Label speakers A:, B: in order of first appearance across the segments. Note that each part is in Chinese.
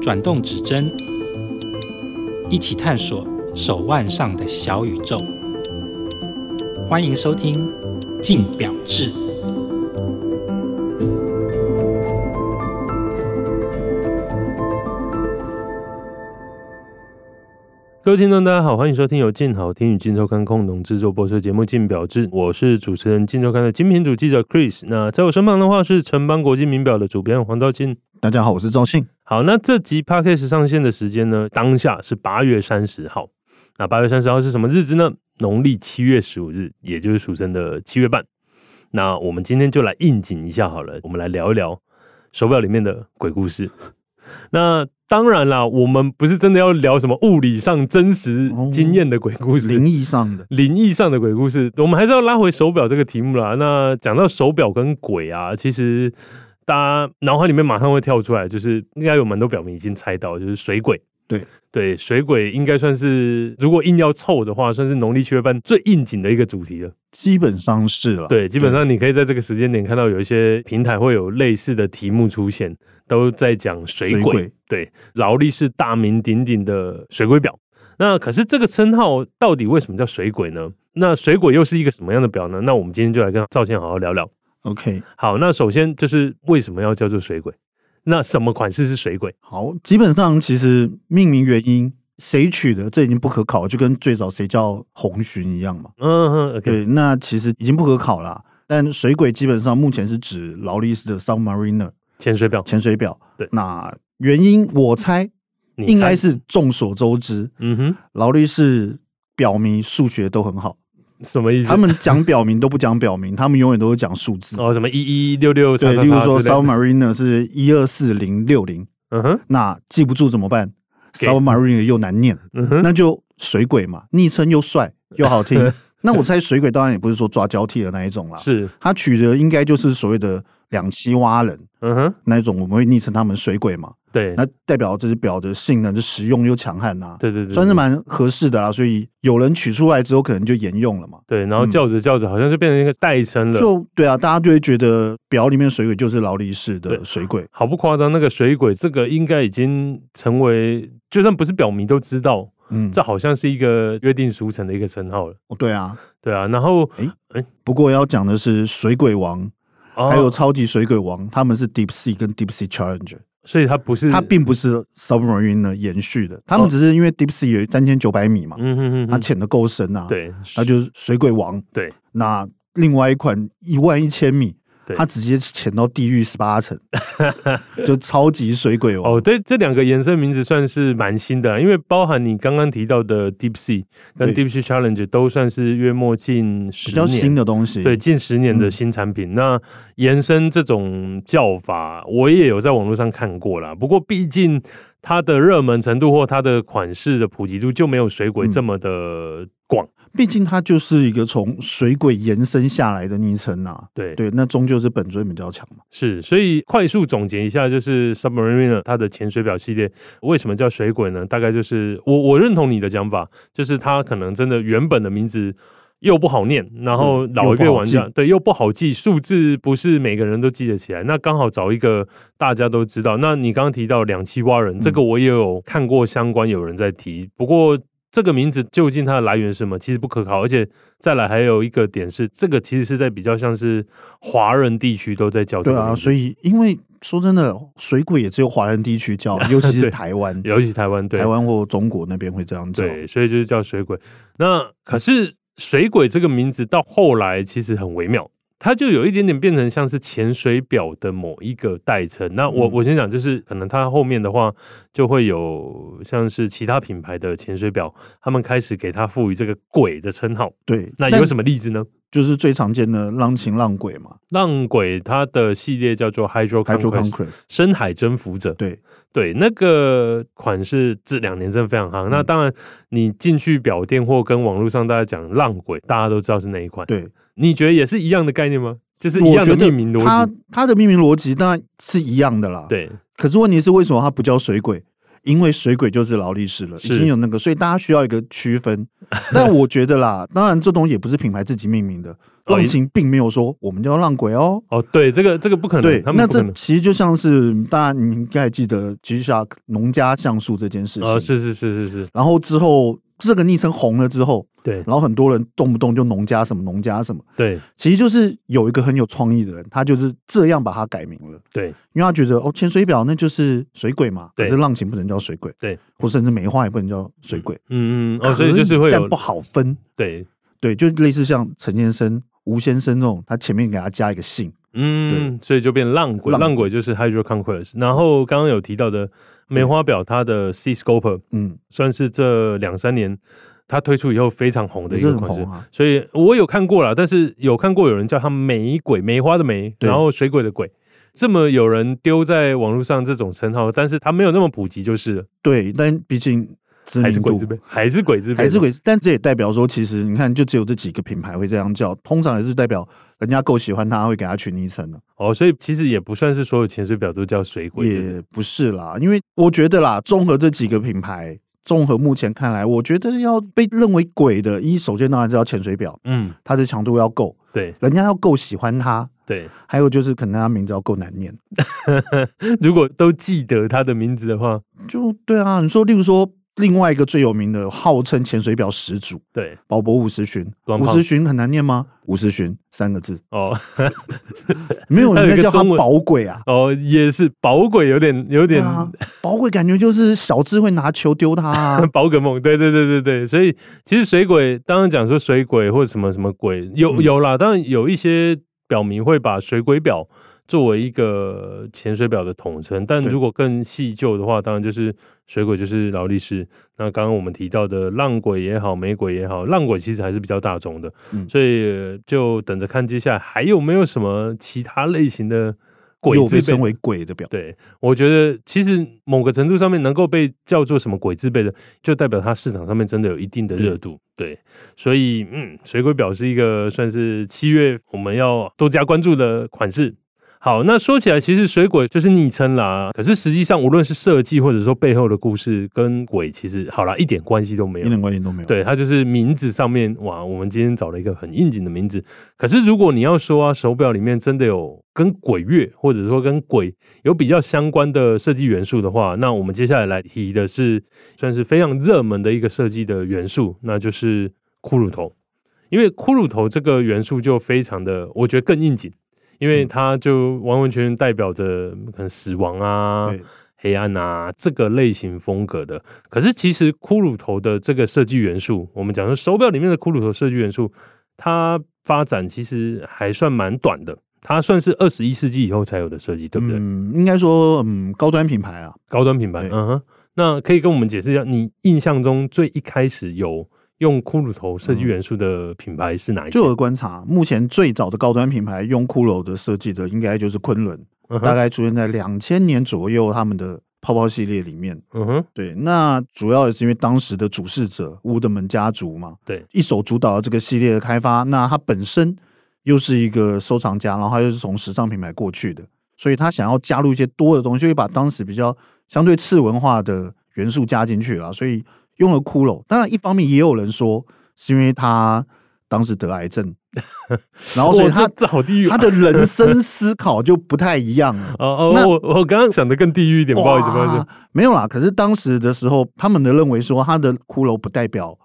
A: 转动指针，一起探索手腕上的小宇宙。欢迎收听《静表志》。
B: 各位听众，大家好，欢迎收听由静好听与静周刊共同制作播出的节目《静表志》，我是主持人静周刊的精品组记者 Chris。那在我身旁的话是城邦国际名表的主编黄兆金。
C: 大家好，我是赵信。
B: 好，那这集 Podcast 上线的时间呢，当下是八月三十号。那八月三十号是什么日子呢？农历七月十五日，也就是俗称的七月半。那我们今天就来应景一下好了，我们来聊一聊手表里面的鬼故事。那当然啦，我们不是真的要聊什么物理上真实经验的鬼故事，
C: 哦灵异上的，
B: 灵异上的鬼故事，我们还是要拉回手表这个题目啦。那讲到手表跟鬼啊，其实大家脑海里面马上会跳出来，就是应该有蛮多表明已经猜到，就是水鬼。
C: 对
B: 对，水鬼应该算是，如果硬要凑的话，算是农历七月半最应景的一个主题了。
C: 基本上是了。
B: 对，基本上你可以在这个时间点看到有一些平台会有类似的题目出现，都在讲水鬼。
C: 水鬼
B: 对，劳力士大名鼎鼎的水鬼表。那可是这个称号到底为什么叫水鬼呢？那水鬼又是一个什么样的表呢？那我们今天就来跟赵倩好好聊聊。
C: OK，
B: 好，那首先就是为什么要叫做水鬼？那什么款式是水鬼？
C: 好，基本上其实命名原因谁取的，这已经不可考，就跟最早谁叫红鲟一样嘛。
B: 嗯哼，OK，
C: 对，那其实已经不可考啦。但水鬼基本上目前是指劳力士的 Submariner
B: 潜水表，
C: 潜水表。
B: 对
C: 那原因我猜
B: 你猜
C: 应该是众所周知，
B: 嗯哼，
C: 劳力士表迷数学都很好，
B: 什么意思？
C: 他们讲表明都不讲表明，他们永远都是讲数字。
B: 哦，什么一一六六叉
C: 对，
B: 叉
C: 例如说
B: 叉啊之类的，
C: Submariner 是一二四零六零，
B: 嗯哼，
C: 那记不住怎么办
B: 给
C: ？Submariner 又难念，
B: 嗯哼，
C: 那就水鬼嘛，昵称又 帅又好听。那我猜水鬼当然也不是说抓交替的那一种啦，
B: 是，
C: 他取的应该就是所谓的两栖蛙人
B: 嗯哼，
C: 那一种，我们会昵称他们水鬼嘛。
B: 对，
C: 那代表这只表的性能是实用又强悍呐、
B: 对对对，
C: 算是蛮合适的啦。所以有人取出来之后，可能就沿用了嘛。
B: 对，然后
C: 嗯
B: 叫着叫着，好像就变成一个代称了。
C: 就对啊，大家就会觉得表里面水鬼就是劳力士
B: 对
C: 的水鬼，
B: 毫不夸张，那个水鬼这个应该已经成为，就算不是表迷都知道，
C: 嗯，
B: 这好像是一个约定俗成的一个称号了。
C: 哦对啊，
B: 对啊，然后
C: 不过要讲的是水鬼王，
B: 哦
C: 还有超级水鬼王，他们是 Deep Sea 跟 Deep Sea Challenger，
B: 所以它不是
C: 它并不是 Submarine 的延续的，他
B: 哦
C: 们只是因为 Deep Sea 有三千九百米嘛，
B: 嗯哼哼
C: 它
B: 哼，
C: 潜的够深啊，，
B: 对，
C: 它就是水鬼王。
B: 对，
C: 那另外一款一万一千米
B: 对，
C: 它直接潜到地狱十 八层，就超级水鬼王。
B: 哦，对，这两个延伸名字算是蛮新的啦，啊因为包含你刚刚提到的 Deep Sea 跟
C: 对
B: Deep Sea Challenge 都算是约莫近十
C: 比
B: 年
C: 较新的东西，
B: 对，近十年的
C: 嗯
B: 新产品。那延伸这种叫法，我也有在网络上看过啦。不过，毕竟它的热门程度或它的款式的普及度就没有水鬼这么的广。
C: 毕竟它就是一个从水鬼延伸下来的昵称啊。
B: 对，
C: 对，那终究是本尊比较强嘛。
B: 是，所以快速总结一下，就是 Submariner 它的潜水表系列为什么叫水鬼呢？大概就是我我认同你的讲法，就是它可能真的原本的名字又不好念，然后
C: 嗯
B: 老
C: 又
B: 一
C: 不
B: 辈
C: 好
B: 玩家
C: 记
B: 对又不好记，数字不是每个人都记得起来，那刚好找一个大家都知道。那你刚刚提到两栖蛙
C: 嗯
B: 人，这个我也有看过相关有人在提，不过。这个名字究竟它的来源是什么？其实不可考，而且再来还有一个点是，这个其实是在比较像是华人地区都在叫这
C: 对
B: 个
C: 啊，
B: 名字
C: 所以因为说真的，水鬼也只有华人地区 叫，尤其
B: 对
C: 是台湾，
B: 尤其台湾对
C: 台湾或中国那边会这样叫。
B: 对，所以就是叫水鬼。那可是水鬼这个名字到后来其实很微妙，它就有一点点变成像是潜水表的某一个代称。那我、
C: 嗯
B: 我先讲，就是可能它后面的话就会有像是其他品牌的潜水表，他们开始给它赋予这个鬼的称号。
C: 对，
B: 那
C: 但
B: 有什么例子呢？
C: 就是最常见的浪琴浪鬼嘛，
B: 浪鬼它的系列叫做 Hydro
C: 台州
B: Conquest。
C: Conquest。
B: 深海征服者，
C: 对，
B: 对，那个款式这两年真的非常夯。那
C: 嗯
B: 当然，你进去表店或跟网络上大家讲浪鬼，大家都知道是哪一款。
C: 对，
B: 你觉得也是一样的概念吗？就是一
C: 我
B: 样
C: 觉
B: 的
C: 得
B: 命名逻
C: 它
B: 辑。
C: 它的命名逻辑当然是一样的啦。，
B: 对，
C: 可是问题是为什么它不叫水鬼？因为水鬼就是劳力士了，已
B: 是
C: 经有那个，所以大家需要一个区 分。但我觉得啦，当然这东西也不是品牌自己命名的，
B: 哦
C: 浪琴并没有说我们叫浪鬼哦。
B: 哦，对，这个这个不可能，
C: 对
B: 他，
C: 那
B: 们不可
C: 这
B: 能。
C: 其实就像是大家你应该还记得 G Shock 农家像素这件事情，
B: 哦，是是是是是，
C: 然后之后这个昵称红了之后，
B: 对
C: 然后很多人动不动就农家什么农家什么，
B: 对
C: 其实就是有一个很有创意的人，他就是这样把它改名了。
B: 对，
C: 因为他觉得哦，潜水表那就是水鬼嘛，
B: 对
C: 可是浪琴不能叫水鬼，
B: 对，
C: 或甚至梅花也不能叫水鬼，
B: 嗯嗯，哦，所以就是
C: 可
B: 会有
C: 但不好分，
B: 对，
C: 对，就类似像陈先生、吴先生这种，他前面给他加一个姓，
B: 嗯，所以就变浪鬼，
C: 浪
B: 浪鬼就是 Hydro Conquest。然后刚刚有提到的梅花表，它的 Sea Scoper
C: 嗯，
B: 算是这两三年它推出以后非常红的
C: 也
B: 一
C: 是
B: 个
C: 很
B: 款式
C: 红。啊。
B: 所以我有看过啦，但是有看过有人叫它梅鬼，梅花的梅，
C: 对
B: 然后水鬼的鬼，这么有人丢在网络上这种称号，但是它没有那么普及，就是了
C: 对，但毕竟知
B: 还
C: 名
B: 是鬼
C: 度
B: 之辈，还是鬼之辈，
C: 还是鬼，但这也代表说，其实你看，就只有这几个品牌会这样叫，通常也是代表人家够喜欢他，会给他取昵称的，
B: 哦，所以其实也不算是所有潜水表都叫水鬼，对不对
C: 也不是啦。因为我觉得啦，综合这几个品牌，综合目前看来，我觉得要被认为鬼的，一首先当然是要潜水表，
B: 嗯，
C: 它的强度要够，
B: 对
C: 人家要够喜欢它，
B: 对。
C: 还有就是可能它名字要够难念。
B: 如果都记得他的名字的话，
C: 就对啊，你说，例如说另外一个最有名的，号称潜水表始祖
B: 对
C: 宝博五十旬，
B: 软
C: 五
B: 胖
C: 十旬很难念吗？五十旬三个 字，
B: 哦
C: 没有
B: 还有一
C: 人在
B: 个
C: 叫他
B: 中文
C: 宝鬼啊。
B: 哦，也是宝鬼有点有
C: 对
B: 点、。
C: 啊，宝鬼感觉就是小智会拿球丢他啊
B: 宝可梦，对对对对对，所以其实水鬼，当然讲说水鬼或者什么什么鬼，有
C: 嗯
B: 有啦，当然有一些表迷会把水鬼表作为一个潜水表的统称，但
C: 对
B: 如果更细究的话，当然就是水鬼就是劳力士。那刚刚我们提到的浪鬼也好，美鬼也好，浪鬼其实还是比较大众的，
C: 嗯
B: 所以呃就等着看接下来还有没有什么其他类型的 鬼
C: 又
B: 字
C: 被
B: 辈
C: 称为鬼的表，
B: 对，我觉得其实某个程度上面能够被叫做什么鬼字辈的，就代表它市场上面真的有一定的热度。对，所以嗯，水鬼表是一个算是七月我们要多加关注的款式。好，那说起来，其实水鬼就是昵称啦。可是实际上，无论是设计或者说背后的故事，跟鬼其实好啦，一点关系都没
C: 一
B: 有。
C: 点关系都没有。，
B: 对，它就是名字上面哇，我们今天找了一个很应景的名字。可是如果你要说啊，手表里面真的有跟鬼月或者说跟鬼有比较相关的设计元素的话，那我们接下来来提的是算是非常热门的一个设计的元素，那就是骷髅头。因为骷髅头这个元素就非常的，我觉得更应景，因为
C: 嗯
B: 它就完完全全代表着可能死亡啊，
C: 对
B: 黑暗啊这个类型风格的。可是其实骷髅头的这个设计元素，我们讲说手表里面的骷髅头设计元素，它发展其实还算蛮短的，它算是二十一世纪以后才有的设计，对不对？
C: 嗯，应该说，嗯，高端品牌啊，
B: 高端品牌，
C: 对
B: 嗯哼。那可以跟我们解释一下，你印象中最一开始有用骷髅头设计元素的品牌是哪一家？
C: 就我的观察，目前最早的高端品牌用骷髅的设计的，应该就是昆仑，
B: 嗯
C: 大
B: 哼，
C: 概出现在两千年左右他们的泡泡系列里面。
B: 嗯哼，
C: 对，那主要也是因为当时的主事者乌德门家族嘛，
B: 对，
C: 一手主导了这个系列的开发。那他本身又是一个收藏家，然后他又是从时尚品牌过去的，所以他想要加入一些多的东西，会把当时比较相对次文化的元素加进去了，所以用了骷髅。当然，一方面也有人说是因为他当时得癌 症，然哦后所以
B: 哇
C: 他
B: 这这好地狱、
C: 他
B: 啊。
C: 的人生思考就不太一样了。
B: 哦哦，
C: 那
B: 我我刚刚想的更地狱一点，不好意思，不好意思
C: 哇。没有啦。可是当时的时候，他们的认为说，他的骷髅不代表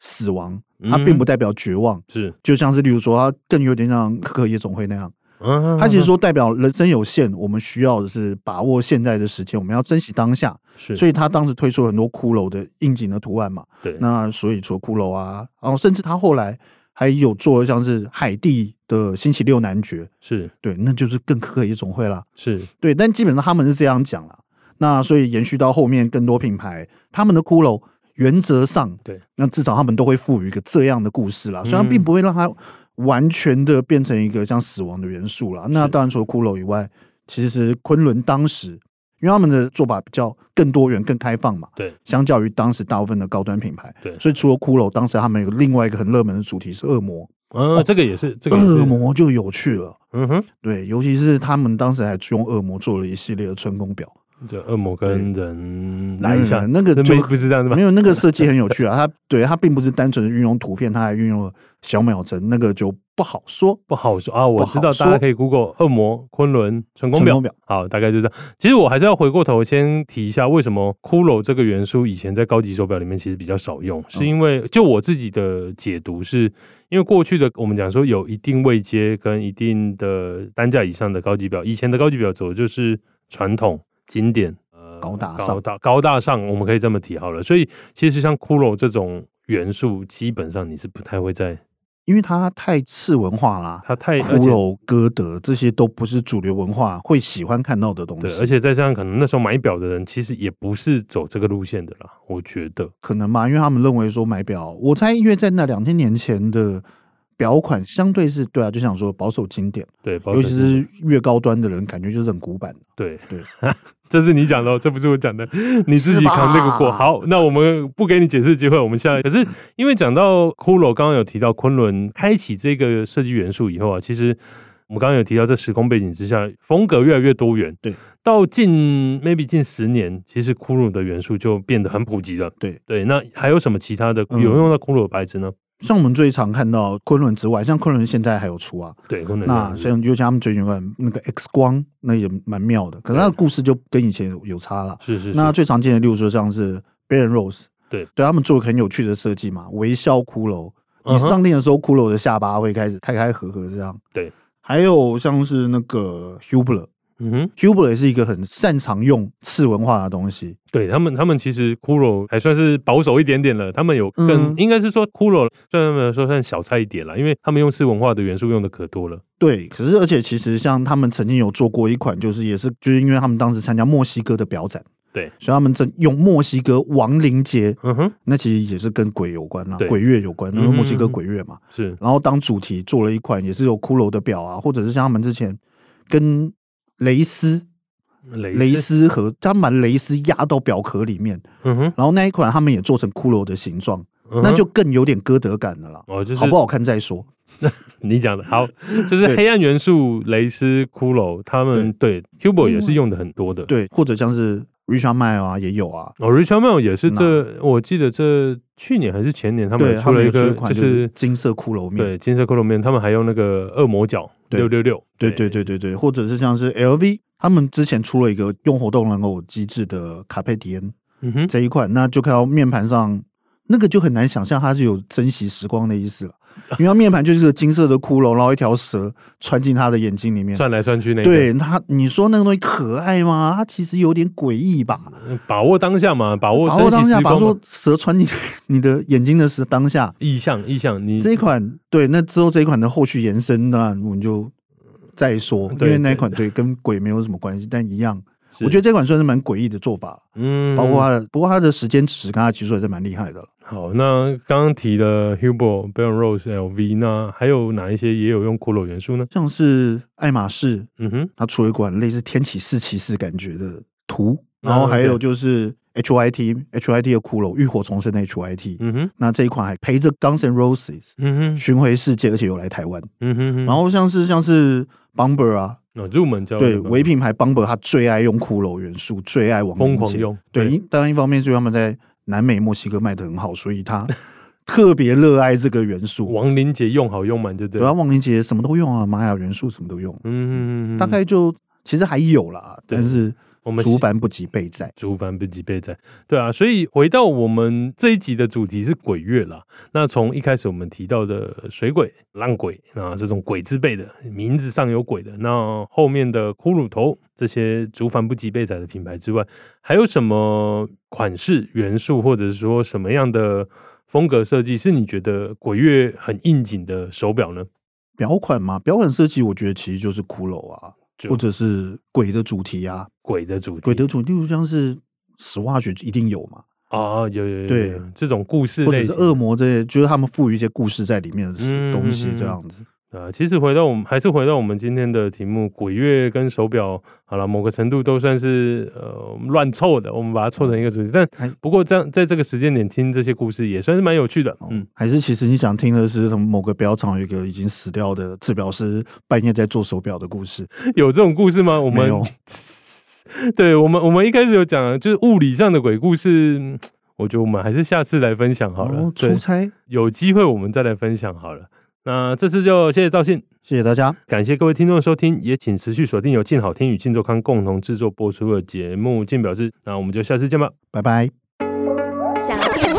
C: 死亡，
B: 嗯
C: 它并不代表绝望，
B: 是，
C: 就像是例如说，它更有点像可可夜总会那样，
B: 嗯，
C: 它其实说代表人生有限，我们需要的是把握现在的时间，我们要珍惜当下。
B: 是，
C: 所
B: 以
C: 以他当时推出了很多骷髅的应景的图案嘛。
B: 对，
C: 那所以除了骷髅啊，然后甚至他后来还有做了像是海地的星期六男爵，
B: 是
C: 对，那就是更可可夜总会啦。
B: 是，
C: 对，但基本上他们是这样讲啦。那所以延续到后面更多品牌，他们的骷髅原则上，
B: 对，
C: 那至少他们都会赋予一个这样的故事啦，虽然
B: 嗯
C: 并不会让它完全的变成一个像死亡的元素啦。那当然除了骷髅以外，其实昆仑当时。因为他们的做法比较更多元、更开放嘛，
B: 对，
C: 相较于当时大部分的高端品牌，
B: 对
C: 所以除了骷髅，当时他们有另外一个很热门的主题是恶魔，
B: 嗯，这个也是，这个也是
C: 恶，魔就有趣了，
B: 嗯哼，
C: 对，尤其是他们当时还用恶魔做了一系列的春宫表，
B: 就恶魔跟人
C: 来
B: 来一下，
C: 那个
B: 那
C: 就嗯
B: 没不是这样子吧
C: 没？有那个设计很有趣啊，它对它并不是单纯的运用图片，它还运用了小秒针，那个就不好说。
B: 不好说啊，我
C: 不好
B: 知道大
C: 说
B: 家可以 Google 恶魔昆仑成功
C: 成
B: 表
C: 功表，
B: 好，大概就这样。其实我还是要回过头先提一下，为什么骷髅这个元素以前在高级手表里面其实比较少
C: 嗯
B: 用，是因为就我自己的解读是，因为过去的我们讲说有一定位阶跟一定的单价以上的高级表，以前的高级表走的就是传统经典。呃
C: 高大上
B: 高大高大上，我们可以这么提好了。所以其实像骷髅这种元素，基本上你是不太会在
C: 因为它太次文化啦，
B: 它太
C: 骷
B: 而且
C: 髅、歌德这些都不是主流文化会喜欢看到的东
B: 对，
C: 西，
B: 而且再加上可能那时候买表的人其实也不是走这个路线的啦，我觉得。
C: 可能嘛，因为他们认为说买表，我猜因为在那两千年前的表款相对是对啊，就想说保守经典，
B: 对，包括
C: 尤其是越高端的人，感觉就是很古板。
B: 对
C: 对，
B: 这是你讲的、哦，这不是我讲的，你自己扛这个
C: 是
B: 过。
C: 吧嗯
B: 好，那我们不给你解释的机会，我们下来。可是因为讲到骷髅，刚刚有提到昆仑开启这个设计元素以后啊，其实。我们刚刚有提到，这时空背景之下，风格越来越多元。
C: 对，
B: 到近 maybe 近十年，其实骷髅的元素就变得很普及了。
C: 对
B: 对，那还有什么其他的有
C: 嗯
B: 用到骷髅的牌子呢？
C: 像我们最常看到昆仑之外，像昆仑现在还有出啊，
B: 对，昆仑
C: 那
B: 是
C: 像尤其他们最喜欢那个 X 光，那也蛮妙的，可能它的故事就跟以前有有差了。
B: 是是
C: 那最常见的，例如说像是 Bear Rose，
B: 对
C: 对，他们做很有趣的设计嘛，微笑骷髅。
B: 嗯
C: 你
B: 哼
C: 上链的时候，骷髅的下巴会开始开开合合这样。
B: 对，
C: 还有像是那个 Hubler，Hubler
B: 嗯哼，
C: 也是一个很擅长用次文化的东西。
B: 对他们，他们其实骷髅还算是保守一点点了。他们有更、
C: 嗯
B: 应该是说骷髅，对他们来说算小菜一碟了，因为他们用次文化的元素用的可多了。
C: 对，可是而且其实像他们曾经有做过一款，就是也是就是因为他们当时参加墨西哥的表展，
B: 对，
C: 所以他们正用墨西哥亡灵节，
B: 嗯哼，
C: 那其实也是跟鬼有关啦、
B: 对
C: 鬼月有关，因为
B: 嗯
C: 墨西哥鬼月嘛。
B: 是
C: 然后当主题做了一款也是有骷髅的表啊，或者是像他们之前跟蕾丝
B: 蕾
C: 蕾，丝和他们把蕾丝压到表壳里面，
B: 嗯哼，
C: 然后那一款他们也做成骷髅的形状，
B: 嗯哼
C: 那就更有点歌德感了啦。
B: 哦，就是
C: 好不好看再说，
B: 你讲的 好，就是
C: 对
B: 黑暗元素、蕾丝、骷髅，他们对 Hubo 也是用的很多的。
C: 对，或者像是 Richard Mille 啊也有啊，
B: 哦，Richard Mille 也是这，我记得这去年还是前年，他们
C: 对，
B: 有出
C: 他
B: 了
C: 们
B: 一
C: 有出
B: 个
C: 一款
B: 就
C: 就是
B: 是
C: 金色骷髅面，
B: 对金色骷髅面，他们还用那个恶魔角
C: 对
B: 六六六，
C: 对对对对对，或者是像是 LV，他们之前出了一个用活动人偶机制的卡佩迪恩，
B: 嗯哼，
C: 这一款，那就看到面盘上那个就很难想象它是有珍惜时光的意 思了，因为它面盘就是个金色的骷髅，然后一条蛇穿进他的眼睛里面。
B: 转来转去那个，
C: 对它，你说那个东西可爱吗？它其实有点诡异吧。
B: 把握当下嘛，把握
C: 把
B: 珍
C: 握
B: 惜
C: 当下，
B: 时
C: 把
B: 光嘛
C: 说蛇穿进 你的眼睛的时当下，
B: 意向意向，你
C: 这一款对，那之后这一款的后续延伸呢，我们就再说，
B: 嗯
C: 因
B: 对
C: 为那一
B: 对
C: 款对跟鬼没有什么关系，但一样，
B: 是
C: 我觉得这款算是蛮诡异的做法，
B: 嗯
C: 包括它的，不过它的时间尺跟它技术也是蛮厉害的了。
B: 好，那刚刚提的 Hubo、b e l Rose、LV，那还有哪一些也有用骷髅元素呢？
C: 像是爱马仕，
B: 嗯哼，
C: 它出了一款类似天启四骑士感觉的图，
B: 啊
C: 然后还有
B: 对
C: 就是 H Y T H Y T 的骷髅浴火重生的 H Y T，、
B: 嗯哼，
C: 那这一款还陪着 Guns N' Roses
B: 嗯哼，
C: 巡回世界，而且有来台湾。
B: 嗯哼哼，
C: 然后像是像是 Bomber 啊，
B: 哦入门教育
C: 对，
B: 嘛
C: 唯品牌 Bomber 它最爱用骷髅元素，最爱往
B: 疯狂用，
C: 对，一当然一方面是因为他们在南美、墨西哥卖的很好，所 以他特别热爱这个元素。
B: 亡灵节用好用满，对不
C: 对
B: 对
C: 啊，？亡灵节什么都用啊，玛雅元素什么都用。
B: 嗯哼哼哼，
C: 大概就其实还有啦，
B: 对
C: 但是
B: 我们
C: 竹凡不及备战。
B: 竹凡不及备战，对啊，所以回到我们这一集的主题是鬼月啦。那从一开始我们提到的水鬼、浪鬼啊，这种鬼字辈的名字上有鬼的，那后面的骷髅头这些竹凡不及备载的品牌之外，还有什么款式元素，或者是说什么样的风格设计是你觉得鬼月很应景的手表呢？
C: 表款嘛，表款设计我觉得其实就是骷髅啊，
B: 就
C: 或者是鬼的主题啊，
B: 鬼的主题，
C: 鬼的主题，例如像是 Swatch 一定有嘛，
B: 啊，有有有有
C: 对
B: 有这种故事
C: 或
B: 类
C: 者是
B: 型
C: 恶魔这些，就是他们赋予一些故事在里面
B: 嗯
C: 的东西这样子。
B: 啊，其实回到我们还是回到我们今天的题目，鬼月跟手表，好了，某个程度都算是呃乱凑的，我们把它凑成一个主题。但
C: 哎
B: 不过这样在这个时间点听这些故事也算是蛮有趣的，嗯
C: 嗯，，还是其实你想听的是什么某个表厂有一个已经死掉的制表师半夜在做手表的故事，
B: 有这种故事吗？我
C: 没
B: 们
C: 有
B: 对我们，我们一开始有讲，啊就是物理上的鬼故事，嗯我觉得我们还是下次来分享好了。
C: 哦，
B: 对
C: 出，差，
B: 有机会我们再来分享好了。那这次就谢谢赵信，
C: 谢谢大家，
B: 感谢各位听众的收听，也请持续锁定由静好听与静周刊共同制作播出的节目《静表志》，那我们就下次见吧。
C: 拜拜。
D: 想听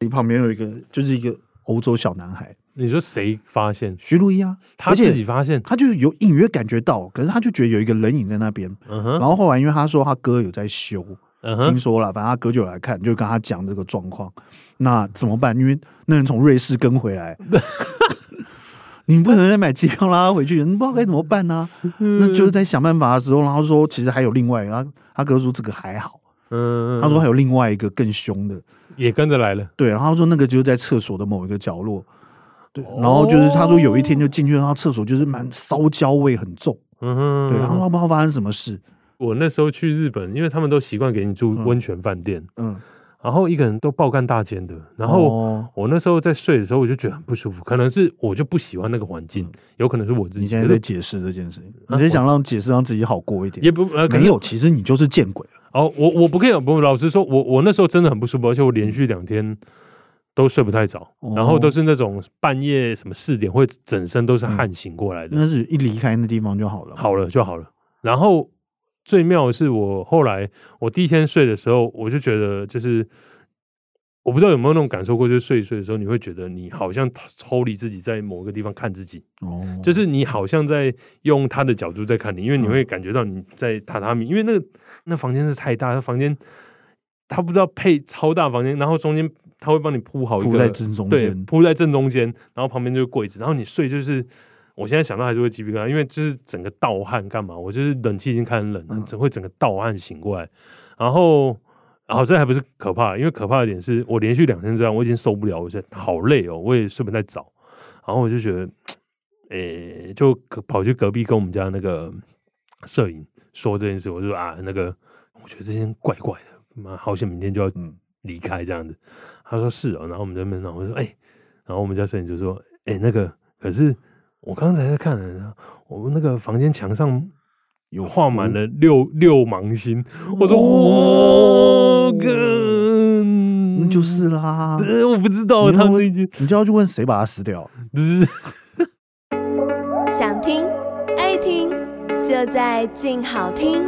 C: 你旁边有一个，就是一个欧洲小男孩，
B: 你说谁发现？
C: 徐璐一啊，
B: 他
C: 而且
B: 自己发现？
C: 他就有隐约感觉到，可是他就觉得有一个人影在那边。
B: 嗯
C: 然
B: 哼，
C: 后后来因为他说他哥有在修，
B: 嗯
C: 啊听
B: 哼，
C: 说了，反正他哥就有来看，就跟他讲这个状况。那怎么办？因为那人从瑞士跟 回来，你不能再买机票拉他回去，你不知道该怎么办呢、
B: 嗯
C: 那就是在想办法的时候，然后说其实还有另外一个，他他哥说这个还好，
B: 嗯，
C: 他说还有另外一个更凶的，
B: 也跟着来了。
C: 对，然后他说那个就是在厕所的某一个角落，对，
B: 哦
C: 然后就是他说有一天就进去，然后厕所就是蛮烧焦味很重，
B: 嗯哼，
C: 对，然后他不知道发生什么事，
B: 我那时候去日本，因为他们都习惯给你住
C: 嗯
B: 温泉饭店，
C: 嗯，
B: 然后一个人都爆干大间的，然后
C: 哦
B: 我那时候在睡的时候，我就觉得很不舒服，可能是我就不喜欢那个环境，有可能是我自己。
C: 嗯你现在
B: 可
C: 在
B: 是
C: 解释这件事情，
B: 啊
C: 你在想让解释让自己好过一点，
B: 也不呃可
C: 没
B: 是
C: 有，其实你就是见鬼了。
B: 哦，我我不可以不老实说，我我那时候真的很不舒服，而且我连续两天都睡不太着，
C: 哦
B: 然后都是那种半夜什么四点会整身都是汗醒过来的，
C: 嗯那是一离开那地方就好了。，
B: 好了就好了。然后最妙的是，我后来我第一天睡的时候，我就觉得就是。我不知道有没有那种感受过，就是睡一睡的时候，你会觉得你好像抽离自己，在某个地方看自己，
C: 哦，
B: 就是你好像在用他的角度在看你，因为你
C: 嗯
B: 会感觉到你在榻榻米，因为那个那房间是太大，那房间他不知道配超大房间，然后中间他会帮你铺好一个
C: 铺在正中
B: 对，
C: 间。
B: 铺在正中间，然后旁边就是柜子，然后你睡就是。我现在想到还是会鸡皮疙瘩，因为就是整个盗汗干嘛？我就是冷气已经开始冷了，
C: 嗯
B: 整会整个盗汗醒过来，然后好这还不是可怕的，因为可怕的点是我连续两天这样，我已经受不了，我觉得好累哦，我也睡不太早，然后我就觉得，诶、就可跑去隔壁跟我们家那个摄影说这件事，我就说啊，那个我觉得这件怪怪的，妈，好险明天就要
C: 嗯
B: 离开这样子。他说是哦，然后我们这边，然后我说哎、然后我们家摄影就说哎、那个可是我刚才在看，我们那个房间墙上
C: 有
B: 画满
C: 符
B: 了六六芒星，我说
C: 哦
B: 我个，
C: 那就是啦。
B: 呃，我不知道
C: 你
B: 他
C: 看
B: 们
C: 我
B: 已经，
C: 你就要去问谁把他撕掉。
B: 只是
D: 想听爱听，就在静好听。